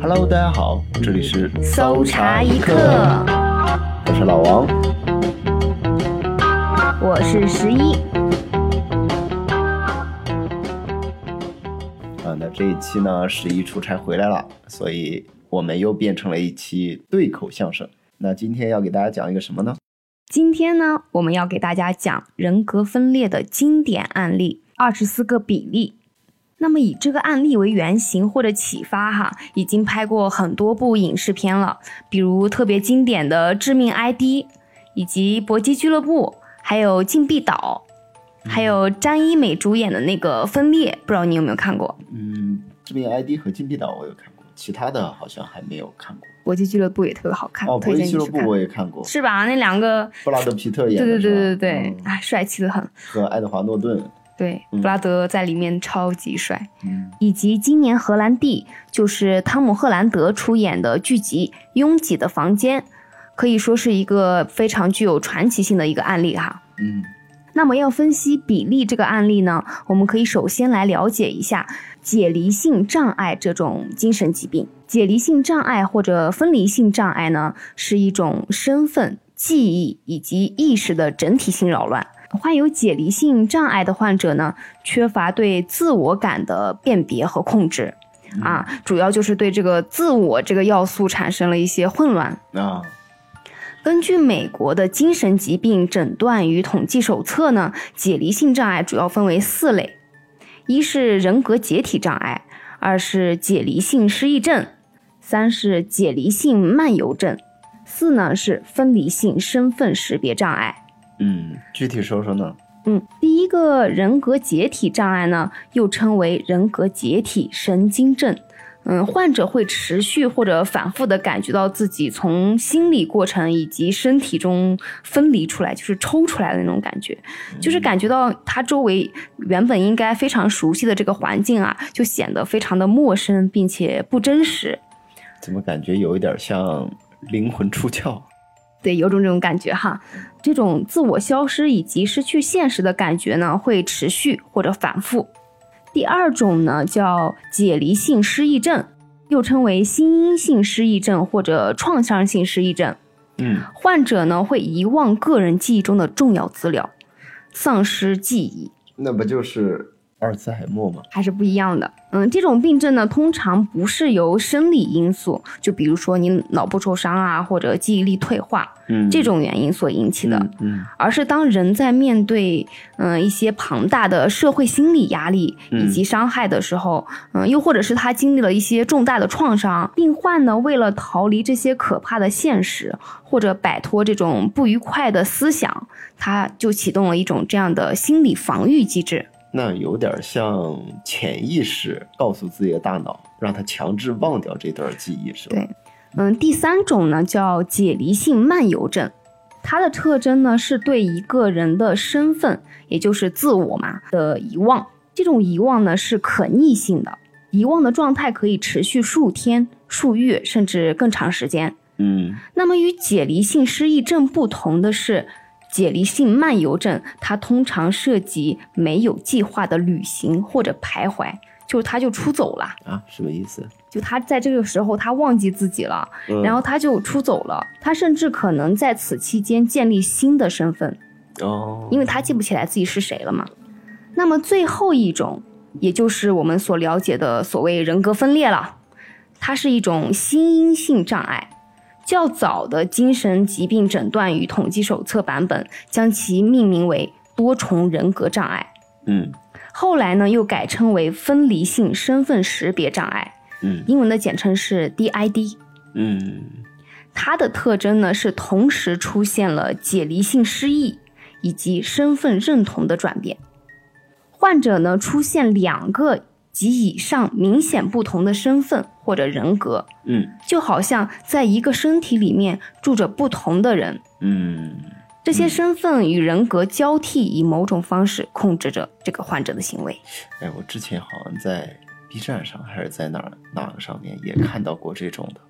Hello，大家好，这里是搜查一刻，我是老王。我是十一。啊，那这一期呢，十一出差回来了，所以我们又变成了一期对口相声。那今天要给大家讲一个什么呢？今天呢，我们要给大家讲人格分裂的经典案例——二十四个比例。那么以这个案例为原型或者启发哈，已经拍过很多部影视片了，比如特别经典的《致命 ID》，以及《搏击俱乐部》，还有《禁闭岛》，嗯还有詹一美主演的那个《分裂》，不知道你有没有看过？嗯，致命 ID 和禁闭岛我有看过，其他的好像还没有看过。 《搏击俱乐部》也特别好看，哦，啊推搏荐击你俱乐去部看。我也看过，是吧？那两个，布拉德皮特演对对的是吧，对对对，嗯哎、帅气的很。和爱德华诺顿，对，嗯布拉德在里面超级帅，嗯，以及今年荷兰弟就是汤姆·赫兰德出演的剧集《拥挤的房间》，可以说是一个非常具有传奇性的一个案例哈。嗯那么要分析比利这个案例呢，我们可以首先来了解一下解离性障碍这种精神疾病。解离性障碍或者分离性障碍呢，是一种身份、记忆以及意识的整体性扰乱。患有解离性障碍的患者呢，缺乏对自我感的辨别和控制，啊，主要就是对这个自我这个要素产生了一些混乱。啊，根据美国的精神疾病诊断与统计手册呢，解离性障碍主要分为四类：一是人格解体障碍，二是解离性失忆症，三是解离性漫游症，四呢是分离性身份识别障碍。嗯，具体说说呢？嗯，第一个人格解体障碍呢，又称为人格解体神经症。嗯，患者会持续或者反复的感觉到自己从心理过程以及身体中分离出来，就是抽出来的那种感觉，就是感觉到他周围原本应该非常熟悉的这个环境啊，就显得非常的陌生，并且不真实。怎么感觉有一点像灵魂出窍？对，有种这种感觉哈。这种自我消失以及失去现实的感觉呢，会持续或者反复。第二种呢，叫解离性失忆症，又称为心因性失忆症或者创伤性失忆症。嗯，患者呢会遗忘个人记忆中的重要资料，丧失记忆，那不就是阿尔茨海默吗？还是不一样的。嗯，这种病症呢，通常不是由生理因素，就比如说你脑部受伤啊，或者记忆力退化嗯这种原因所引起的。嗯而是当人在面对嗯、呃一些庞大的社会心理压力嗯以及伤害的时候，嗯、又或者是他经历了一些重大的创伤，病患呢为了逃离这些可怕的现实，或者摆脱这种不愉快的思想，他就启动了一种这样的心理防御机制。那有点像潜意识告诉自己的大脑，让他强制忘掉这段记忆，是吧？对嗯，第三种呢叫解离性漫游症，它的特征呢是对一个人的身份，也就是自我嘛的遗忘。这种遗忘呢是可逆性的，遗忘的状态可以持续数天、数月，甚至更长时间。嗯那么与解离性失忆症不同的是，解离性漫游症它通常涉及没有计划的旅行或者徘徊，就是他就出走了，啊，什么意思？就他在这个时候他忘记自己了，嗯然后他就出走了。他甚至可能在此期间建立新的身份，哦，因为他记不起来自己是谁了嘛。那么最后一种，也就是我们所了解的所谓人格分裂了，它是一种心因性障碍。较早的精神疾病诊断与统计手册版本将其命名为多重人格障碍，嗯后来呢又改称为分离性身份识别障碍，嗯英文的简称是 DID。嗯它的特征呢是同时出现了解离性失忆以及身份认同的转变。患者呢出现两个及以上明显不同的身份或者人格，嗯就好像在一个身体里面住着不同的人，嗯，这些身份与人格交替，以某种方式控制着这个患者的行为。哎，我之前好像在 B 站上还是在哪儿哪个上面也看到过这种的，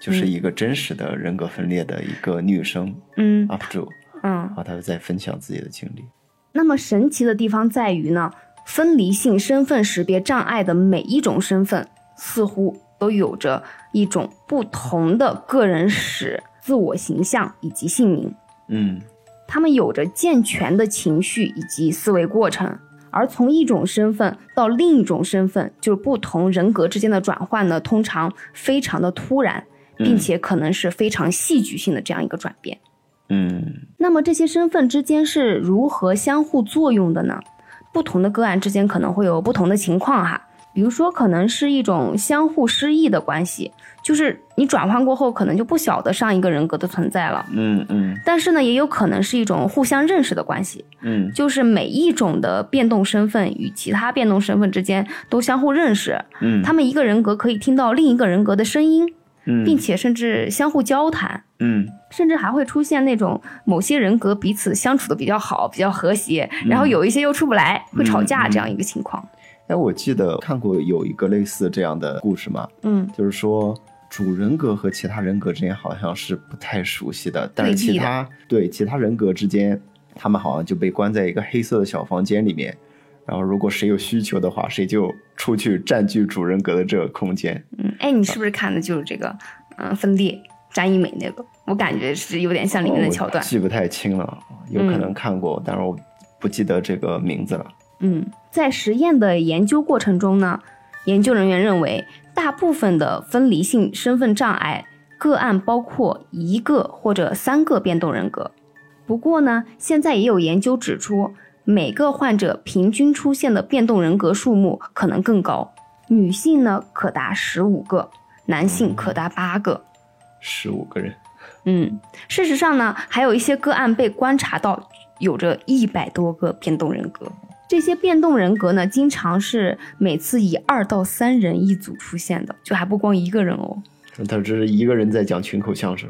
就是一个真实的人格分裂的一个女生嗯 UP 主，嗯然，后她在分享自己的经历。那么神奇的地方在于呢，分离性身份识别障碍的每一种身份，似乎都有着一种不同的个人史、自我形象以及姓名。嗯他们有着健全的情绪以及思维过程。而从一种身份到另一种身份，就是不同人格之间的转换呢，通常非常的突然，嗯并且可能是非常戏剧性的这样一个转变。嗯那么这些身份之间是如何相互作用的呢？不同的个案之间可能会有不同的情况哈，比如说可能是一种相互失忆的关系，就是你转换过后可能就不晓得上一个人格的存在了。嗯嗯但是呢，也有可能是一种互相认识的关系，嗯就是每一种的变动身份与其他变动身份之间都相互认识，嗯，他们一个人格可以听到另一个人格的声音，嗯并且甚至相互交谈。嗯甚至还会出现那种某些人格彼此相处的比较好、比较和谐，然后有一些又出不来，会吵架嗯这样一个情况。哎，我记得看过有一个类似这样的故事嘛，嗯，就是说主人格和其他人格之间好像是不太熟悉的，但是对立的其他对其他人格之间，他们好像就被关在一个黑色的小房间里面，然后如果谁有需求的话，谁就出去占据主人格的这个空间。嗯，哎，你是不是看的就是这个？嗯、分裂詹一美那个，我感觉是有点像里面的桥段哦我。记不太清了，有可能看过，但是我不记得这个名字了。嗯，在实验的研究过程中呢，研究人员认为，大部分的分离性身份障碍个案包括一个或者三个变动人格。不过呢，现在也有研究指出，每个患者平均出现的变动人格数目可能更高，女性呢可达十五个，男性可达八个。十五个人，嗯，事实上呢，还有一些个案被观察到有着一百多个变动人格。这些变动人格呢，经常是每次以二到三人一组出现的，就还不光一个人哦。他这是一个人在讲群口相声。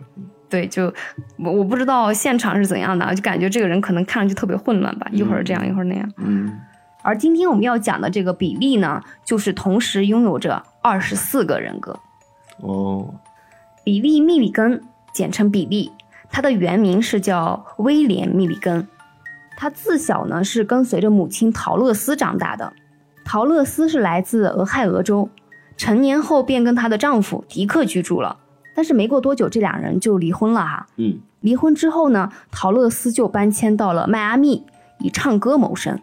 对，就我我不知道现场是怎样的啊，就感觉这个人可能看上去特别混乱吧，一会儿这样，一会儿那样。嗯而今天我们要讲的这个比例呢，就是同时拥有着二十四个人格。哦，比利·密里根，简称比利，他的原名是叫威廉·密里根。他自小呢是跟随着母亲陶乐斯长大的。陶乐斯是来自俄亥俄州，成年后便跟她的丈夫迪克居住了。但是没过多久，这两人就离婚了哈。嗯离婚之后呢，陶乐斯就搬迁到了迈阿密，以唱歌谋生。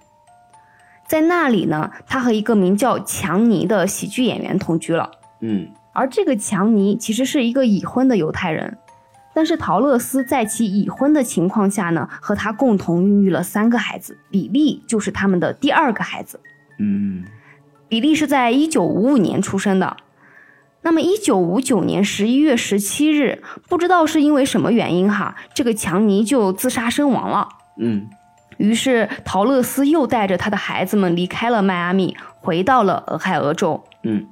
在那里呢，他和一个名叫强尼的喜剧演员同居了。嗯而这个强尼其实是一个已婚的犹太人，但是陶乐斯在其已婚的情况下呢，和他共同孕育了三个孩子，比利就是他们的第二个孩子。嗯比利是在一九五五年出生的。那么，一九五九年十一月十七日，不知道是因为什么原因哈，这个强尼就自杀身亡了。嗯于是，陶乐斯又带着他的孩子们离开了迈阿密，回到了俄亥俄州。嗯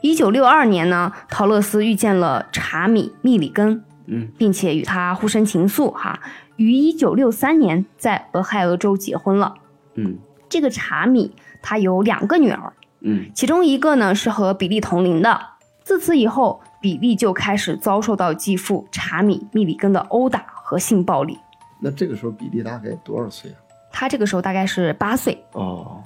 一九六二年呢，陶乐斯遇见了查米密里根，嗯并且与他互生情愫哈。于一九六三年在俄亥俄州结婚了。嗯这个查米他有两个女儿，嗯其中一个呢是和比利同龄的。自此以后，比利就开始遭受到继父查米密里根的殴打和性暴力。那这个时候比利大概多少岁啊？他这个时候大概是八岁。哦，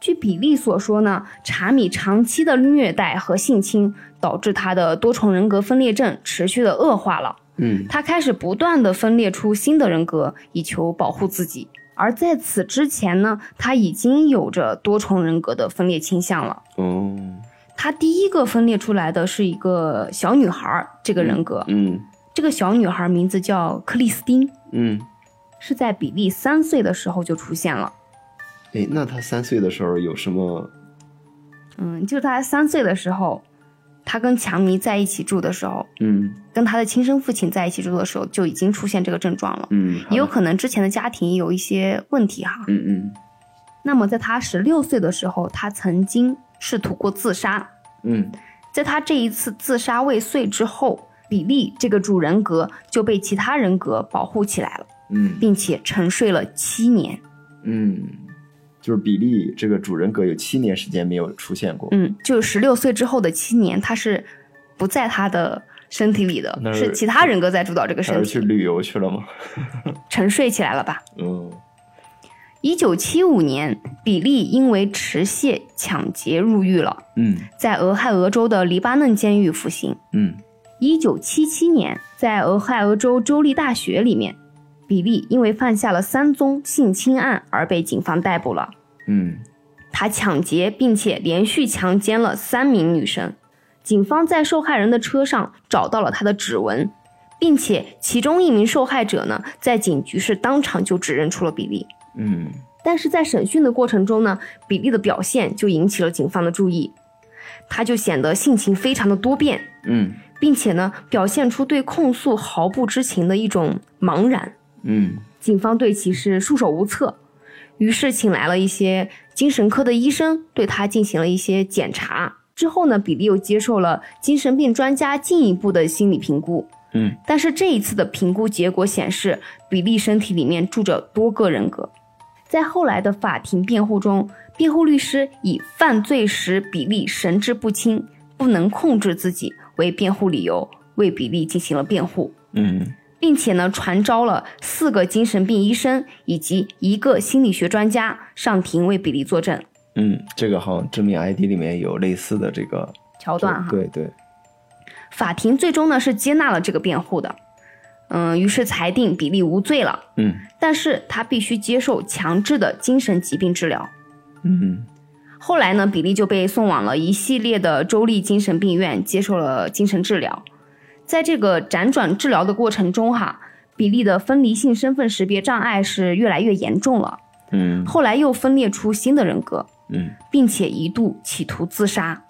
据比利所说呢，查米长期的虐待和性侵导致他的多重人格分裂症持续的恶化了。嗯他开始不断的分裂出新的人格，以求保护自己。而在此之前呢，他已经有着多重人格的分裂倾向了。哦，他第一个分裂出来的是一个小女孩儿这个人格，嗯这个小女孩儿名字叫克里斯汀，嗯，是在比利三岁的时候就出现了。哎，那他三岁的时候有什么？嗯，就是他三岁的时候，他跟强尼在一起住的时候，嗯跟他的亲生父亲在一起住的时候，就已经出现这个症状了。嗯，也有好可能之前的家庭有一些问题哈。的嗯那么在他十六岁的时候，他曾经试图过自杀。嗯在他这一次自杀未遂之后，比利这个主人格就被其他人格保护起来了，嗯并且沉睡了七年。嗯嗯，就是比利这个主人格有七年时间没有出现过。嗯，就是十六岁之后的七年，他是不在他的身体里的那，是是其他人格在主导这个他是身体，去旅游去了吗？沉睡起来了吧？嗯一九七五年，比利因为持械抢劫入狱了，嗯在俄亥俄州的黎巴嫩监狱服刑。嗯一九七七年，在俄亥俄州州立大学里面，比利因为犯下了三宗性侵案而被警方逮捕了。嗯他抢劫并且连续强奸了三名女生。警方在受害人的车上找到了他的指纹，并且其中一名受害者呢，在警局是当场就指认出了比利。嗯但是在审讯的过程中呢，比利的表现就引起了警方的注意，他就显得性情非常的多变，嗯并且呢，表现出对控诉毫不知情的一种茫然。嗯警方对其是束手无策，于是请来了一些精神科的医生对他进行了一些检查。之后呢，比利又接受了精神病专家进一步的心理评估。嗯但是这一次的评估结果显示，比利身体里面住着多个人格。在后来的法庭辩护中，辩护律师以犯罪时比利神志不清、不能控制自己为辩护理由，为比利进行了辩护。嗯并且呢，传召了四个精神病医生以及一个心理学专家上庭为比利作证嗯，这个好像《致命 ID》里面有类似的这个桥段哈。对对，法庭最终呢是接纳了这个辩护的，嗯，于是裁定比利无罪了，嗯但是他必须接受强制的精神疾病治疗。嗯后来呢，比利就被送往了一系列的州立精神病院，接受了精神治疗。在这个辗转治疗的过程中，哈，比利的分离性身份识别障碍是越来越严重了。嗯后来又分裂出新的人格，嗯并且一度企图自杀。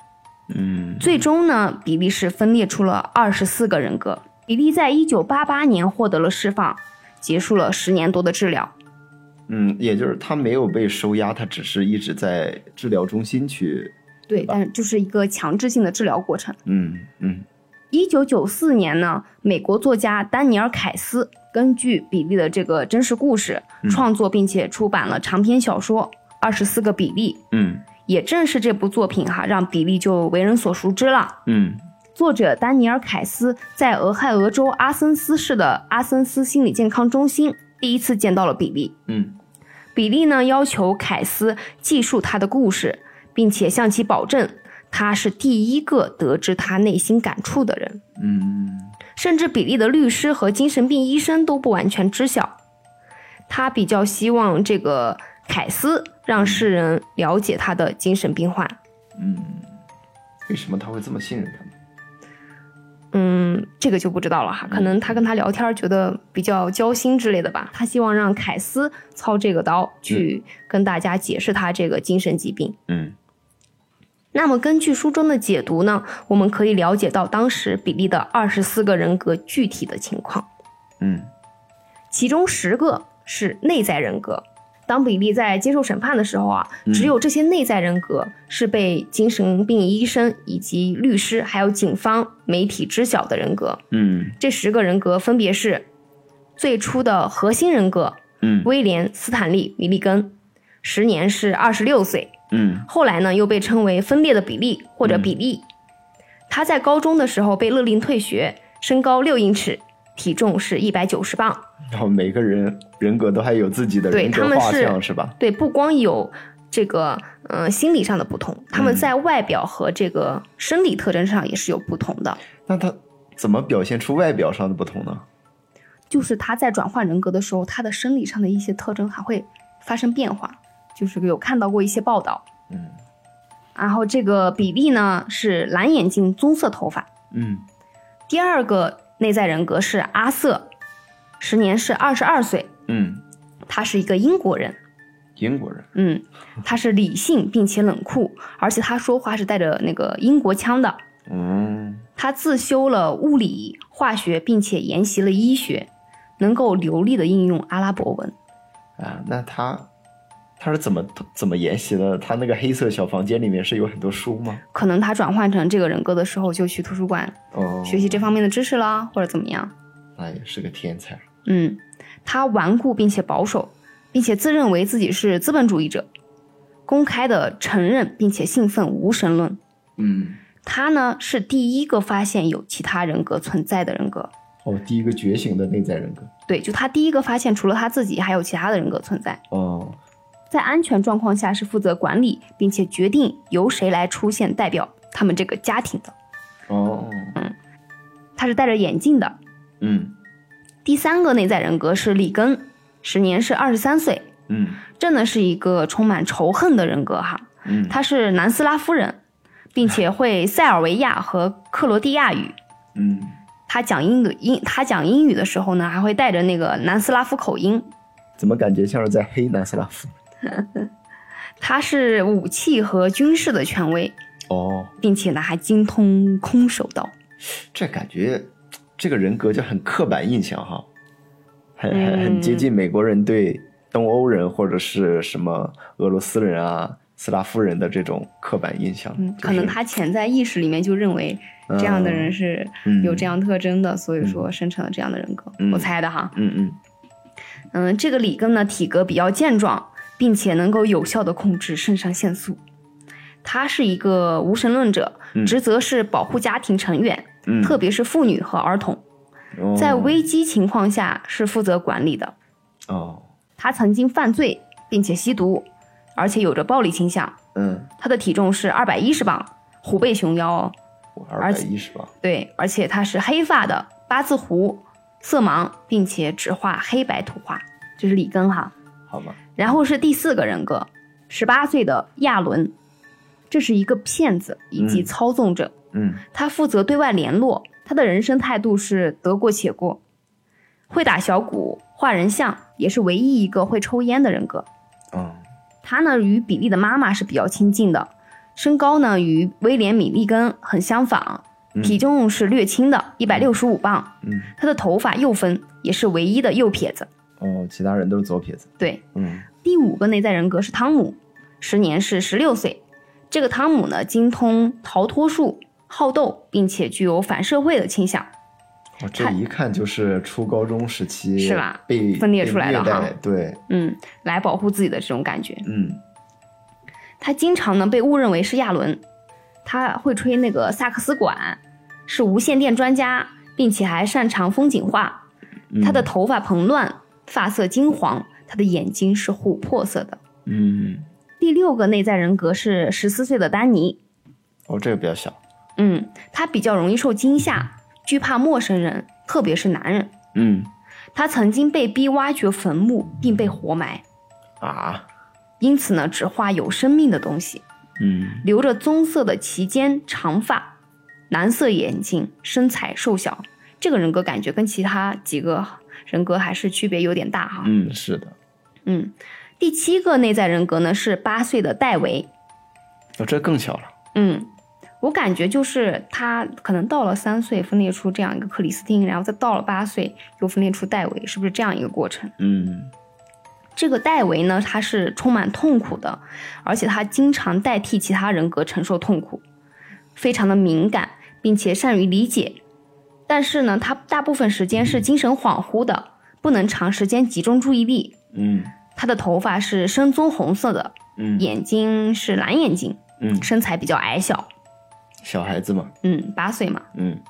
嗯最终呢，比利是分裂出了二十四个人格。比利在一九八八年获得了释放，结束了十年多的治疗。嗯，也就是他没有被收押，他只是一直在治疗中心去，对，但是就是一个强制性的治疗过程。嗯嗯一九九四年呢，美国作家丹尼尔·凯斯根据比利的这个真实故事嗯创作并且出版了长篇小说《二十四个比利》。嗯也正是这部作品哈，让比利就为人所熟知了。嗯作者丹尼尔·凯斯在俄亥俄州阿森斯市的阿森斯心理健康中心第一次见到了比利。嗯比利呢要求凯斯记述他的故事，并且向其保证他是第一个得知他内心感触的人。嗯甚至比利的律师和精神病医生都不完全知晓。他比较希望这个凯斯让世人了解他的精神病患。嗯，为什么他会这么信任他呢？嗯，这个就不知道了哈，可能他跟他聊天儿觉得比较交心之类的嗯吧。他希望让凯斯操这个刀去跟大家解释他这个精神疾病。嗯那么根据书中的解读呢，我们可以了解到当时比利的二十四个人格具体的情况，嗯其中十个是内在人格。当比利在接受审判的时候啊，嗯只有这些内在人格是被精神病医生以及律师还有警方、媒体知晓的人格。嗯这十个人格分别是最初的核心人格嗯威廉·斯坦利·米利根，时年是二十六岁，嗯后来呢又被称为分裂的比利或者比利。他在高中的时候被勒令退学，身高六英尺，体重是一百九十磅。然后每个人人格都还有自己的对人他格们画是像是吧？对，不光有这个呃心理上的不同，他们在外表和这个生理特征上也是有不同的。那他怎么表现出外表上的不同呢？就是他在转换人格的时候，他的生理上的一些特征还会发生变化，就是有看到过一些报道。嗯然后这个比利呢是蓝眼睛、棕色头发。嗯第二个内在人格是阿瑟，时年是二十二岁，嗯，他是一个英国人。英国人，嗯，他是理性并且冷酷，而且他说话是带着那个英国腔的。嗯他自修了物理、化学，并且研习了医学，能够流利的应用阿拉伯文。啊，那他他是怎么怎么研习的？他那个黑色小房间里面是有很多书吗？可能他转换成这个人格的时候，就去图书馆哦，学习这方面的知识啦，或者怎么样。那也是个天才。嗯，他顽固并且保守，并且自认为自己是资本主义者，公开的承认并且信奉无神论。嗯，他呢是第一个发现有其他人格存在的人格，哦，第一个觉醒的内在人格。对，就他第一个发现除了他自己还有其他的人格存在。哦，在安全状况下是负责管理，并且决定由谁来出现代表他们这个家庭的。哦，他是戴着眼镜的。嗯第三个内在人格是里根，时年是二十三岁，嗯这呢是一个充满仇恨的人格哈。嗯，他是南斯拉夫人，并且会塞尔维亚和克罗地亚语。嗯他讲英语英他讲英语的时候呢，还会带着那个南斯拉夫口音。怎么感觉像是在黑南斯拉夫？他是武器和军事的权威，哦，并且呢还精通空手道。这感觉这个人格就很刻板印象哈，很很很接嗯近美国人对东欧人或者是什么俄罗斯人啊、斯拉夫人的这种刻板印象。嗯，就可是能他潜在意识里面就认为这样的人是嗯有这样特征的，所以说生成了这样的人格。嗯我猜的哈。嗯嗯嗯，这个里根呢体格比较健壮，并且能够有效的控制肾上腺素。他是一个无神论者，嗯职责是保护家庭成员，嗯，特别是妇女和儿童，哦在危机情况下是负责管理的。哦他曾经犯罪，并且吸毒，而且有着暴力倾向。嗯，他的体重是二百一十磅，虎背熊腰哦。二百一十吧，对，而且他是黑发的，八字胡，色盲，并且只画黑白图画，这是里根哈。好吧，然后是第四个人格，十八岁的亚伦，这是一个骗子以及嗯操纵者，嗯他负责对外联络，他的人生态度是得过且过，会打小鼓，画人像，也是唯一一个会抽烟的人格。嗯他呢与比利的妈妈是比较亲近的，身高呢与威廉米利根很相仿，体重是略轻的，一百六十五磅。嗯他的头发右分，也是唯一的右撇子。哦，其他人都是左撇子，对，嗯第五个内在人格是汤姆，时年是十六岁。这个汤姆呢，精通逃脱术，好斗，并且具有反社会的倾向。哦，这他一看就是初高中时期是吧被分裂出来的被虐哈待对，嗯，来保护自己的这种感觉。嗯他经常呢被误认为是亚伦，他会吹那个萨克斯管，是无线电专家，并且还擅长风景画。嗯他的头发蓬乱，发色金黄，他的眼睛是琥珀色的。嗯，第六个内在人格是十四岁的丹尼，哦，这个比较小，嗯，他比较容易受惊吓，惧怕陌生人，特别是男人。嗯他曾经被逼挖掘坟墓并被活埋，啊，因此呢，只画有生命的东西。嗯留着棕色的齐肩长发，蓝色眼睛，身材瘦小。这个人格感觉跟其他几个人格还是区别有点大哈。嗯，是的，嗯，第七个内在人格呢是八岁的戴维。哦，这更小了，嗯，我感觉就是他可能到了三岁分裂出这样一个克里斯汀，然后再到了八岁又分裂出戴维，是不是这样一个过程？嗯这个戴维呢，他是充满痛苦的，而且他经常代替其他人格承受痛苦，非常的敏感，并且善于理解。但是呢，他大部分时间是精神恍惚的，不能长时间集中注意力。嗯他的头发是深棕红色的，嗯眼睛是蓝眼睛，嗯，身材比较矮小，小孩子嘛，嗯，八岁嘛。嗯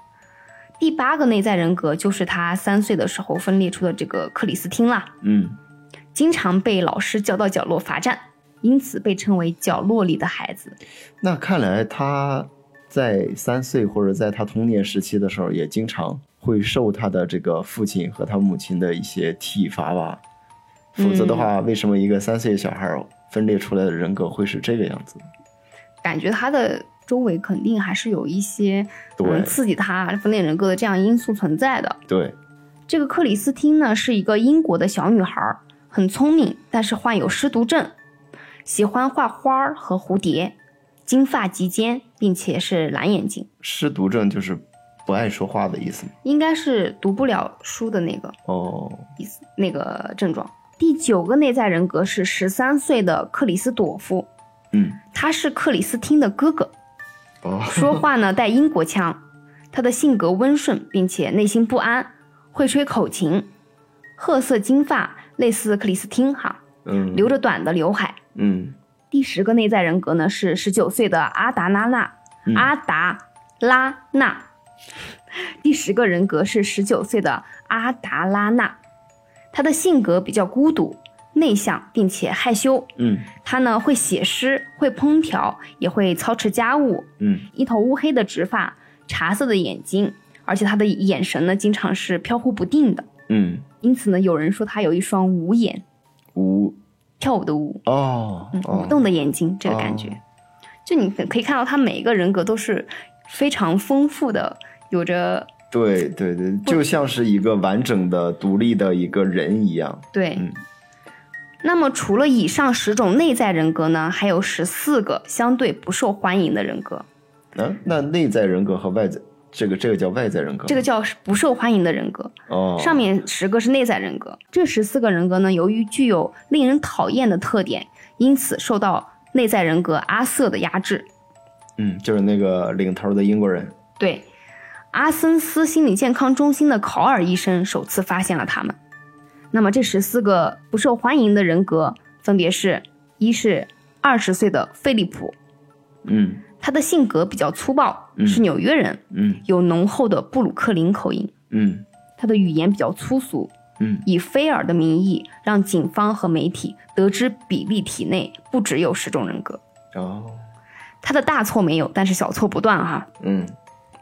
第八个内在人格就是他三岁的时候分裂出的这个克里斯汀啦。嗯经常被老师叫到角落罚站，因此被称为角落里的孩子。那看来他在三岁或者在他童年时期的时候，也经常会受他的这个父亲和他母亲的一些体罚吧。否则的嗯话，为什么一个三岁小孩分裂出来的人格会是这个样子？感觉他的周围肯定还是有一些对嗯刺激他分裂人格的这样因素存在的。对，这个克里斯汀呢是一个英国的小女孩，很聪明，但是患有失读症，喜欢画花儿和蝴蝶，金发及肩，并且是蓝眼睛，失读症就是不爱说话的意思嘛。应该是读不了书的那个哦，意思那个症状。第九个内在人格是十三岁的克里斯朵夫，嗯，他是克里斯汀的哥哥，哦，说话呢带英国腔，他的性格温顺，并且内心不安，会吹口琴，褐色金发，类似克里斯汀哈，嗯，留着短的刘海。嗯，第十个内在人格呢是十九岁的阿达拉纳，嗯阿达拉纳。第十个人格是十九岁的阿达拉纳，他的性格比较孤独，内向并且害羞，嗯他呢会写诗，会烹调，也会操持家务，嗯一头乌黑的直发，茶色的眼睛，而且他的眼神呢经常是飘忽不定的，嗯，因此呢，有人说他有一双舞眼，无跳舞的舞，哦嗯，舞哦，动的眼睛这个感觉。哦就你可可以看到他每一个人格都是非常丰富的，有着对对对，就像是一个完整的、独立的一个人一样。对。嗯那么除了以上十种内在人格呢，还有十四个相对不受欢迎的人格，啊，那内在人格和外在这个这个叫外在人格吗，这个叫不受欢迎的人格。嗯哦，上面十个是内在人格，这十四个人格呢，由于具有令人讨厌的特点，因此受到内在人格阿瑟的压制。嗯就是那个领头的英国人，对，阿森斯心理健康中心的考尔医生首次发现了他们。那么这十四个不受欢迎的人格分别是：一是二十岁的菲利普，嗯他的性格比较粗暴，嗯是纽约人，嗯有浓厚的布鲁克林口音，嗯他的语言比较粗俗，嗯以菲尔的名义让警方和媒体得知比利体内不只有十种人格。哦，他的大错没有，但是小错不断哈、嗯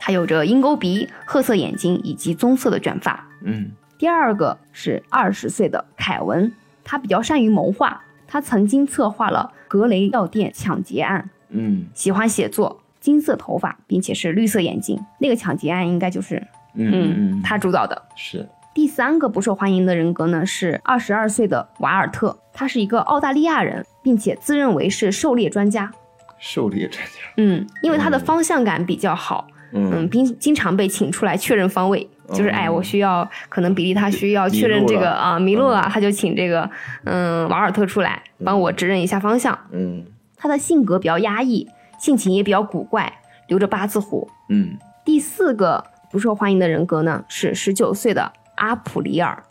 他有着鹰钩鼻、褐色眼睛以及棕色的卷发。嗯第二个是二十岁的凯文，他比较善于谋划，他曾经策划了格雷药店抢劫案，嗯喜欢写作，金色头发，并且是绿色眼睛。那个抢劫案应该就是嗯嗯嗯，他主导的。是第三个不受欢迎的人格呢是二十二岁的瓦尔特，他是一个澳大利亚人，并且自认为是狩猎专家。狩猎专家，嗯，因为他的嗯方向感比较好，嗯，并经常被请出来确认方位，就是嗯哎，我需要可能比利他需要确认这迷路个了啊迷路了，他就请这个嗯瓦尔特出来帮我指认一下方向。嗯他的性格比较压抑，性情也比较古怪，留着八字胡。嗯第四个不受欢迎的人格呢是十九岁的阿普里尔，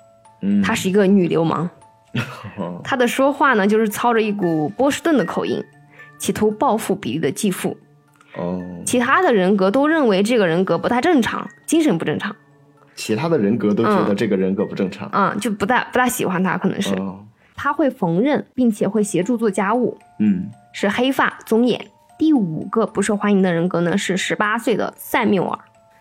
嗯，她是一个女流氓，哦她的说话呢就是操着一股波士顿的口音，企图报复比利的继父。哦，其他的人格都认为这个人格不太正常，精神不正常，其他的人格都觉得嗯这个人格不正常，啊、就不大不大喜欢他，可能是。哦，他会缝纫，并且会协助做家务，嗯是黑发棕眼。第五个不受欢迎的人格呢是十八岁的塞缪尔，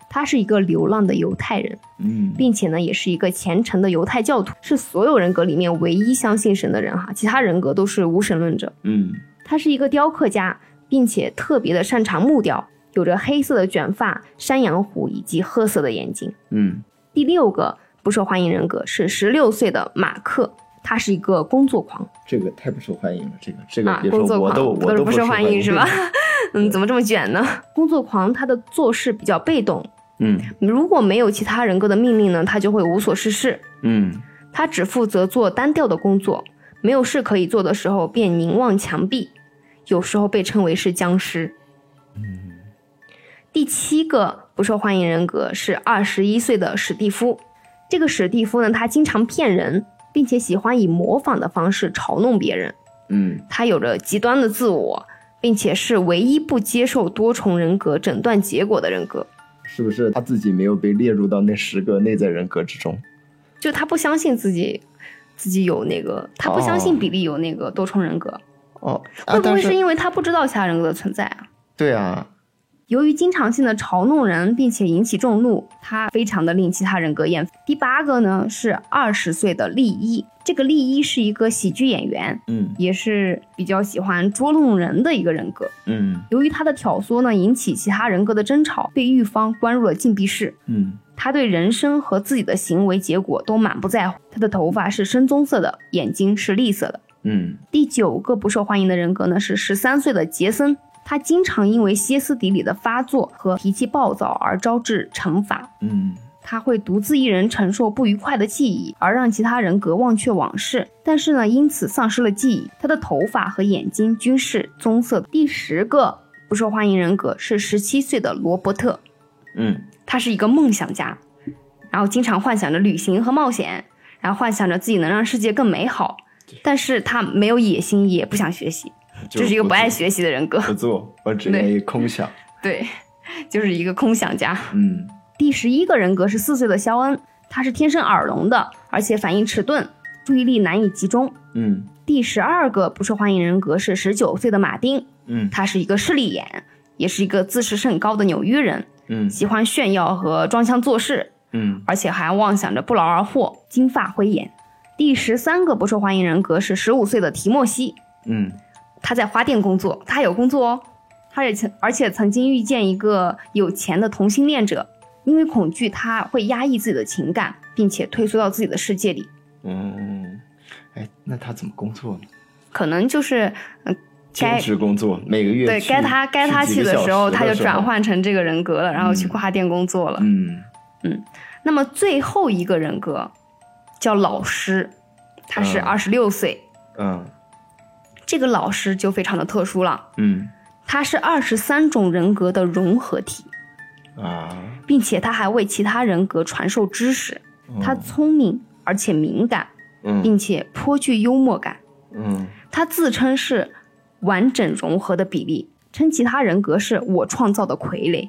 他是一个流浪的犹太人，嗯并且呢也是一个虔诚的犹太教徒，是所有人格里面唯一相信神的人哈，其他人格都是无神论者。嗯他是一个雕刻家，并且特别的擅长木雕，有着黑色的卷发、山羊胡以及褐色的眼睛。嗯第六个不受欢迎人格是十六岁的马克，他是一个工作狂这个太不受欢迎了，这个这个啊别，工说作我狂都我是都不受受欢迎是吧？？嗯，怎么这么卷呢？工作狂他的做事比较被动， 嗯如果没有其他人格的命令呢，他就会无所事事。嗯他只负责做单调的工作，没有事可以做的时候便凝望墙壁，有时候被称为是僵尸。第七个不受欢迎人格是二十一岁的史蒂夫，这个史蒂夫呢，他经常骗人，并且喜欢以模仿的方式嘲弄别人。嗯他有着极端的自我，并且是唯一不接受多重人格诊断结果的人格。是不是他自己没有被列入到那十个内在人格之中？就他不相信自己，自己有那个，他不相信比利有那个多重人格，哦，啊会不但会是因为他不知道其他人格的存在啊？对啊，由于经常性的嘲弄人，并且引起众怒，他非常的令其他人格厌烦。第八个呢是二十岁的利伊，这个利伊是一个喜剧演员，嗯也是比较喜欢捉弄人的一个人格。嗯由于他的挑唆呢，引起其他人格的争吵，被狱方关入了禁闭室。嗯他对人生和自己的行为结果都满不在乎。他的头发是深棕色的，眼睛是栗色的。嗯第九个不受欢迎的人格呢是十三岁的杰森，他经常因为歇斯底里的发作和脾气暴躁而招致惩罚。嗯他会独自一人承受不愉快的记忆，而让其他人格忘却往事，但是呢，因此丧失了记忆。他的头发和眼睛均是棕色的。第十个不受欢迎人格是十七岁的罗伯特，嗯他是一个梦想家，然后经常幻想着旅行和冒险，然后幻想着自己能让世界更美好，但是他没有野心，也不想学习，嗯，这是一个不爱做学习的人格。 不做，我只愿意空想。对，就是一个空想家。嗯第十一个人格是四岁的肖恩，他是天生耳聋的，而且反应迟钝，注意力难以集中。嗯第十二个不受欢迎人格是十九岁的马丁，嗯他是一个势利眼，也是一个自视甚高的纽约人，嗯喜欢炫耀和装腔作势，嗯而且还妄想着不劳而获，金发灰眼。第十三个不受欢迎人格是十五岁的提莫西，嗯他在花店工作，他还有工作哦。他也曾而且曾经遇见一个有钱的同性恋者，因为恐惧，他会压抑自己的情感，并且退缩到自己的世界里。嗯，哎，那他怎么工作呢？可能就是兼该职工作，每个月对去该他该他去几去个的小时候，时他就的转换成这个人格了，然后去嗯花店工作了。嗯那么最后一个人格叫老师，他是嗯二十六岁，嗯这个老师就非常的特殊了，嗯他是二十三种人格的融合体，啊，并且他还为其他人格传授知识。他聪明而且敏感，嗯并且颇具幽默感。嗯他自称是完整融合的比例，称其他人格是我创造的傀儡。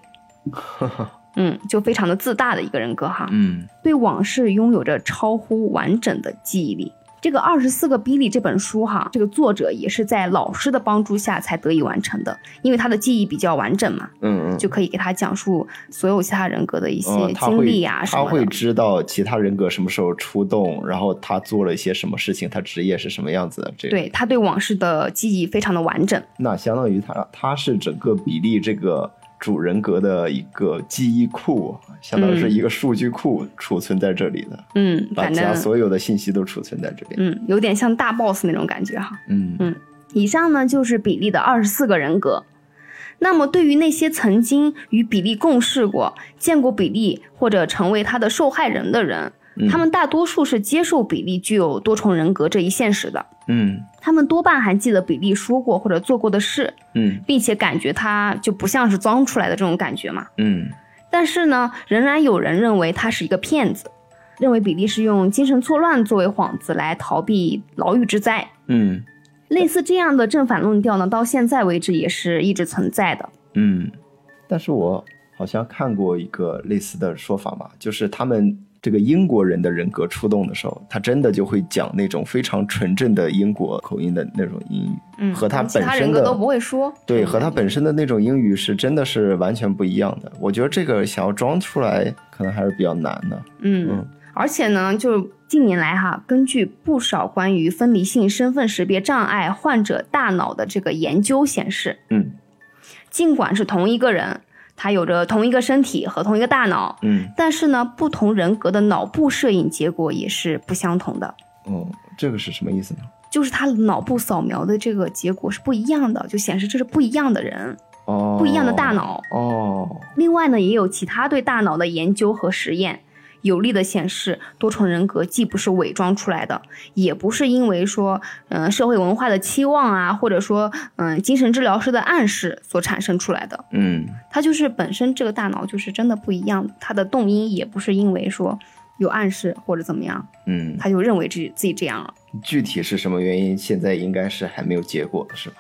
嗯，就非常的自大的一个人格哈。嗯对往事拥有着超乎完整的记忆力。这个《二十四个比利》这本书哈，这个作者也是在老师的帮助下才得以完成的，因为他的记忆比较完整嘛，嗯嗯，就可以给他讲述所有其他人格的一哦些他经会历啊什他么会的。知道其他人格什么时候出动，然后他做了一些什么事情，他职业是什么样子的。这个，对他对往事的记忆非常的完整，那相当于他他是整个比例这个主人格的一个记忆库，相当于是一个数据库储存在这里的，嗯，把反家正所有的信息都储存在这里。嗯，有点像大 boss 那种感觉哈。嗯嗯以上呢就是比利的二十四个人格。那么，对于那些曾经与比利共事过、见过比利或者成为他的受害人的人，嗯他们大多数是接受比利具有多重人格这一现实的。嗯他们多半还记得比利说过或者做过的事，嗯并且感觉他就不像是装出来的这种感觉嘛。嗯但是呢，仍然有人认为他是一个骗子，认为比利是用精神错乱作为幌子来逃避牢狱之灾。嗯类似这样的正反论调呢，到现在为止也是一直存在的。嗯。但是我好像看过一个类似的说法嘛，就是他们这个英国人的人格出动的时候，他真的就会讲那种非常纯正的英国口音的那种英语，嗯和他其他本身人格的都不会说。嗯对，和他本身的那种英语是真的是完全不一样的。我觉得这个想要装出来，可能还是比较难的。嗯，嗯而且呢，就近年来哈，根据不少关于分离性身份识别障碍患者大脑的这个研究显示，嗯尽管是同一个人，他有着同一个身体和同一个大脑，嗯但是呢，不同人格的脑部摄影结果也是不相同的。嗯，这个是什么意思呢？就是他脑部扫描的这个结果是不一样的，就显示这是不一样的人，哦，不一样的大。脑。哦，另外呢，也有其他对大脑的研究和实验，有力的显示多重人格既不是伪装出来的，也不是因为说，嗯、社会文化的期望啊，或者说，嗯、精神治疗师的暗示所产生出来的。嗯它就是本身这个大脑就是真的不一样，它的动因也不是因为说有暗示或者怎么样，嗯，他就认为自己自己这样了。具体是什么原因，现在应该是还没有结果，是吧？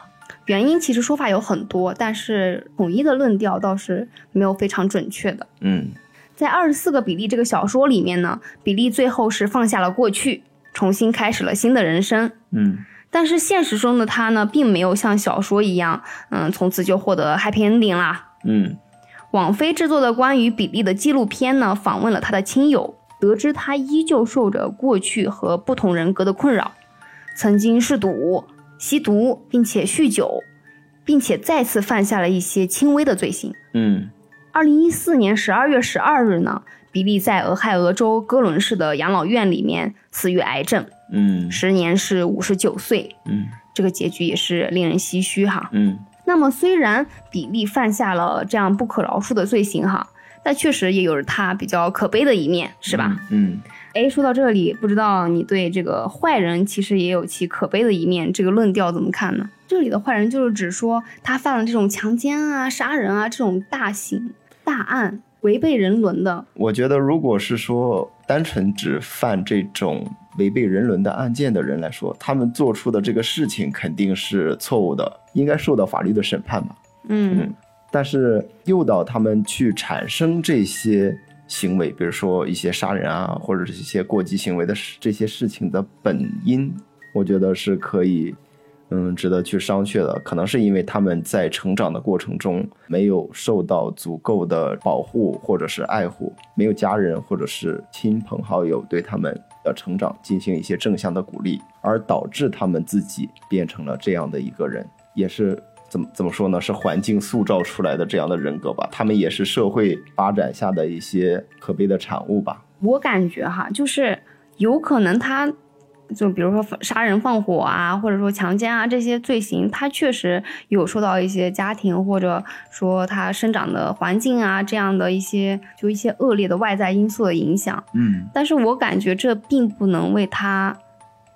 原因其实说法有很多，但是统一的论调倒是没有非常准确的。嗯在《二十四个比利》这个小说里面呢，比利最后是放下了过去，重新开始了新的人生。嗯但是现实中的他呢，并没有像小说一样，嗯，从此就获得 happy ending 啦。嗯网飞制作的关于比利的纪录片呢，访问了他的亲友，得知他依旧受着过去和不同人格的困扰，曾经嗜赌、吸毒，并且酗酒，并且再次犯下了一些轻微的罪行。嗯二零一四年十二月十二日呢，比利在俄亥俄州哥伦市的养老院里面死于癌症，嗯时年是五十九岁。嗯这个结局也是令人唏嘘哈。嗯那么，虽然比利犯下了这样不可饶恕的罪行哈，但确实也有着他比较可悲的一面，是吧？？嗯诶，说到这里，不知道你对这个坏人其实也有其可悲的一面这个论调怎么看呢？这里的坏人就是指说他犯了这种强奸啊、杀人啊这种大刑大案，违背人伦的。我觉得如果是说单纯只犯这种违背人伦的案件的人来说，他们做出的这个事情肯定是错误的，应该受到法律的审判吧。嗯嗯但是诱导他们去产生这些行为，比如说一些杀人啊，或者是一些过激行为的事这些事情的本因，我觉得是可以，嗯，值得去商榷的。可能是因为他们在成长的过程中没有受到足够的保护或者是爱护，没有家人或者是亲朋好友对他们的成长进行一些正向的鼓励，而导致他们自己变成了这样的一个人，也是怎么怎么说呢？是环境塑造出来的这样的人格吧？他们也是社会发展下的一些可悲的产物吧？我感觉哈，就是有可能他，就比如说杀人放火啊，或者说强奸啊这些罪行，他确实有受到一些家庭或者说他生长的环境啊这样的一些就一些恶劣的外在因素的影响。嗯，但是我感觉这并不能为他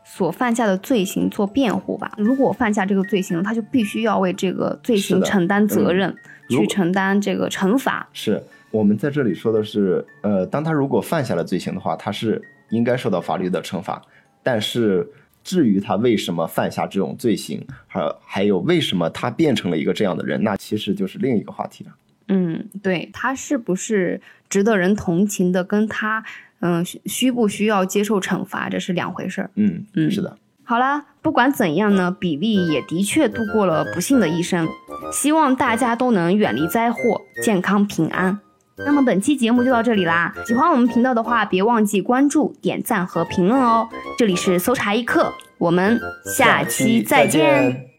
所犯下的罪行做辩护吧。如果犯下这个罪行，他就必须要为这个罪是行的嗯承担责任，如果去承担这个惩罚。是我们在这里说的是，呃，当他如果犯下了罪行的话，他是应该受到法律的惩罚。但是至于他为什么犯下这种罪行，还还有为什么他变成了一个这样的人，那其实就是另一个话题了。嗯，对他是不是值得人同情的，跟他嗯需需不需要接受惩罚，这是两回事儿。嗯嗯是的，好啦，不管怎样呢，比利也的确度过了不幸的一生。希望大家都能远离灾祸，健康平安。那么本期节目就到这里啦，喜欢我们频道的话，别忘记关注、点赞和评论哦。这里是搜查一刻，我们下期再见。下期再见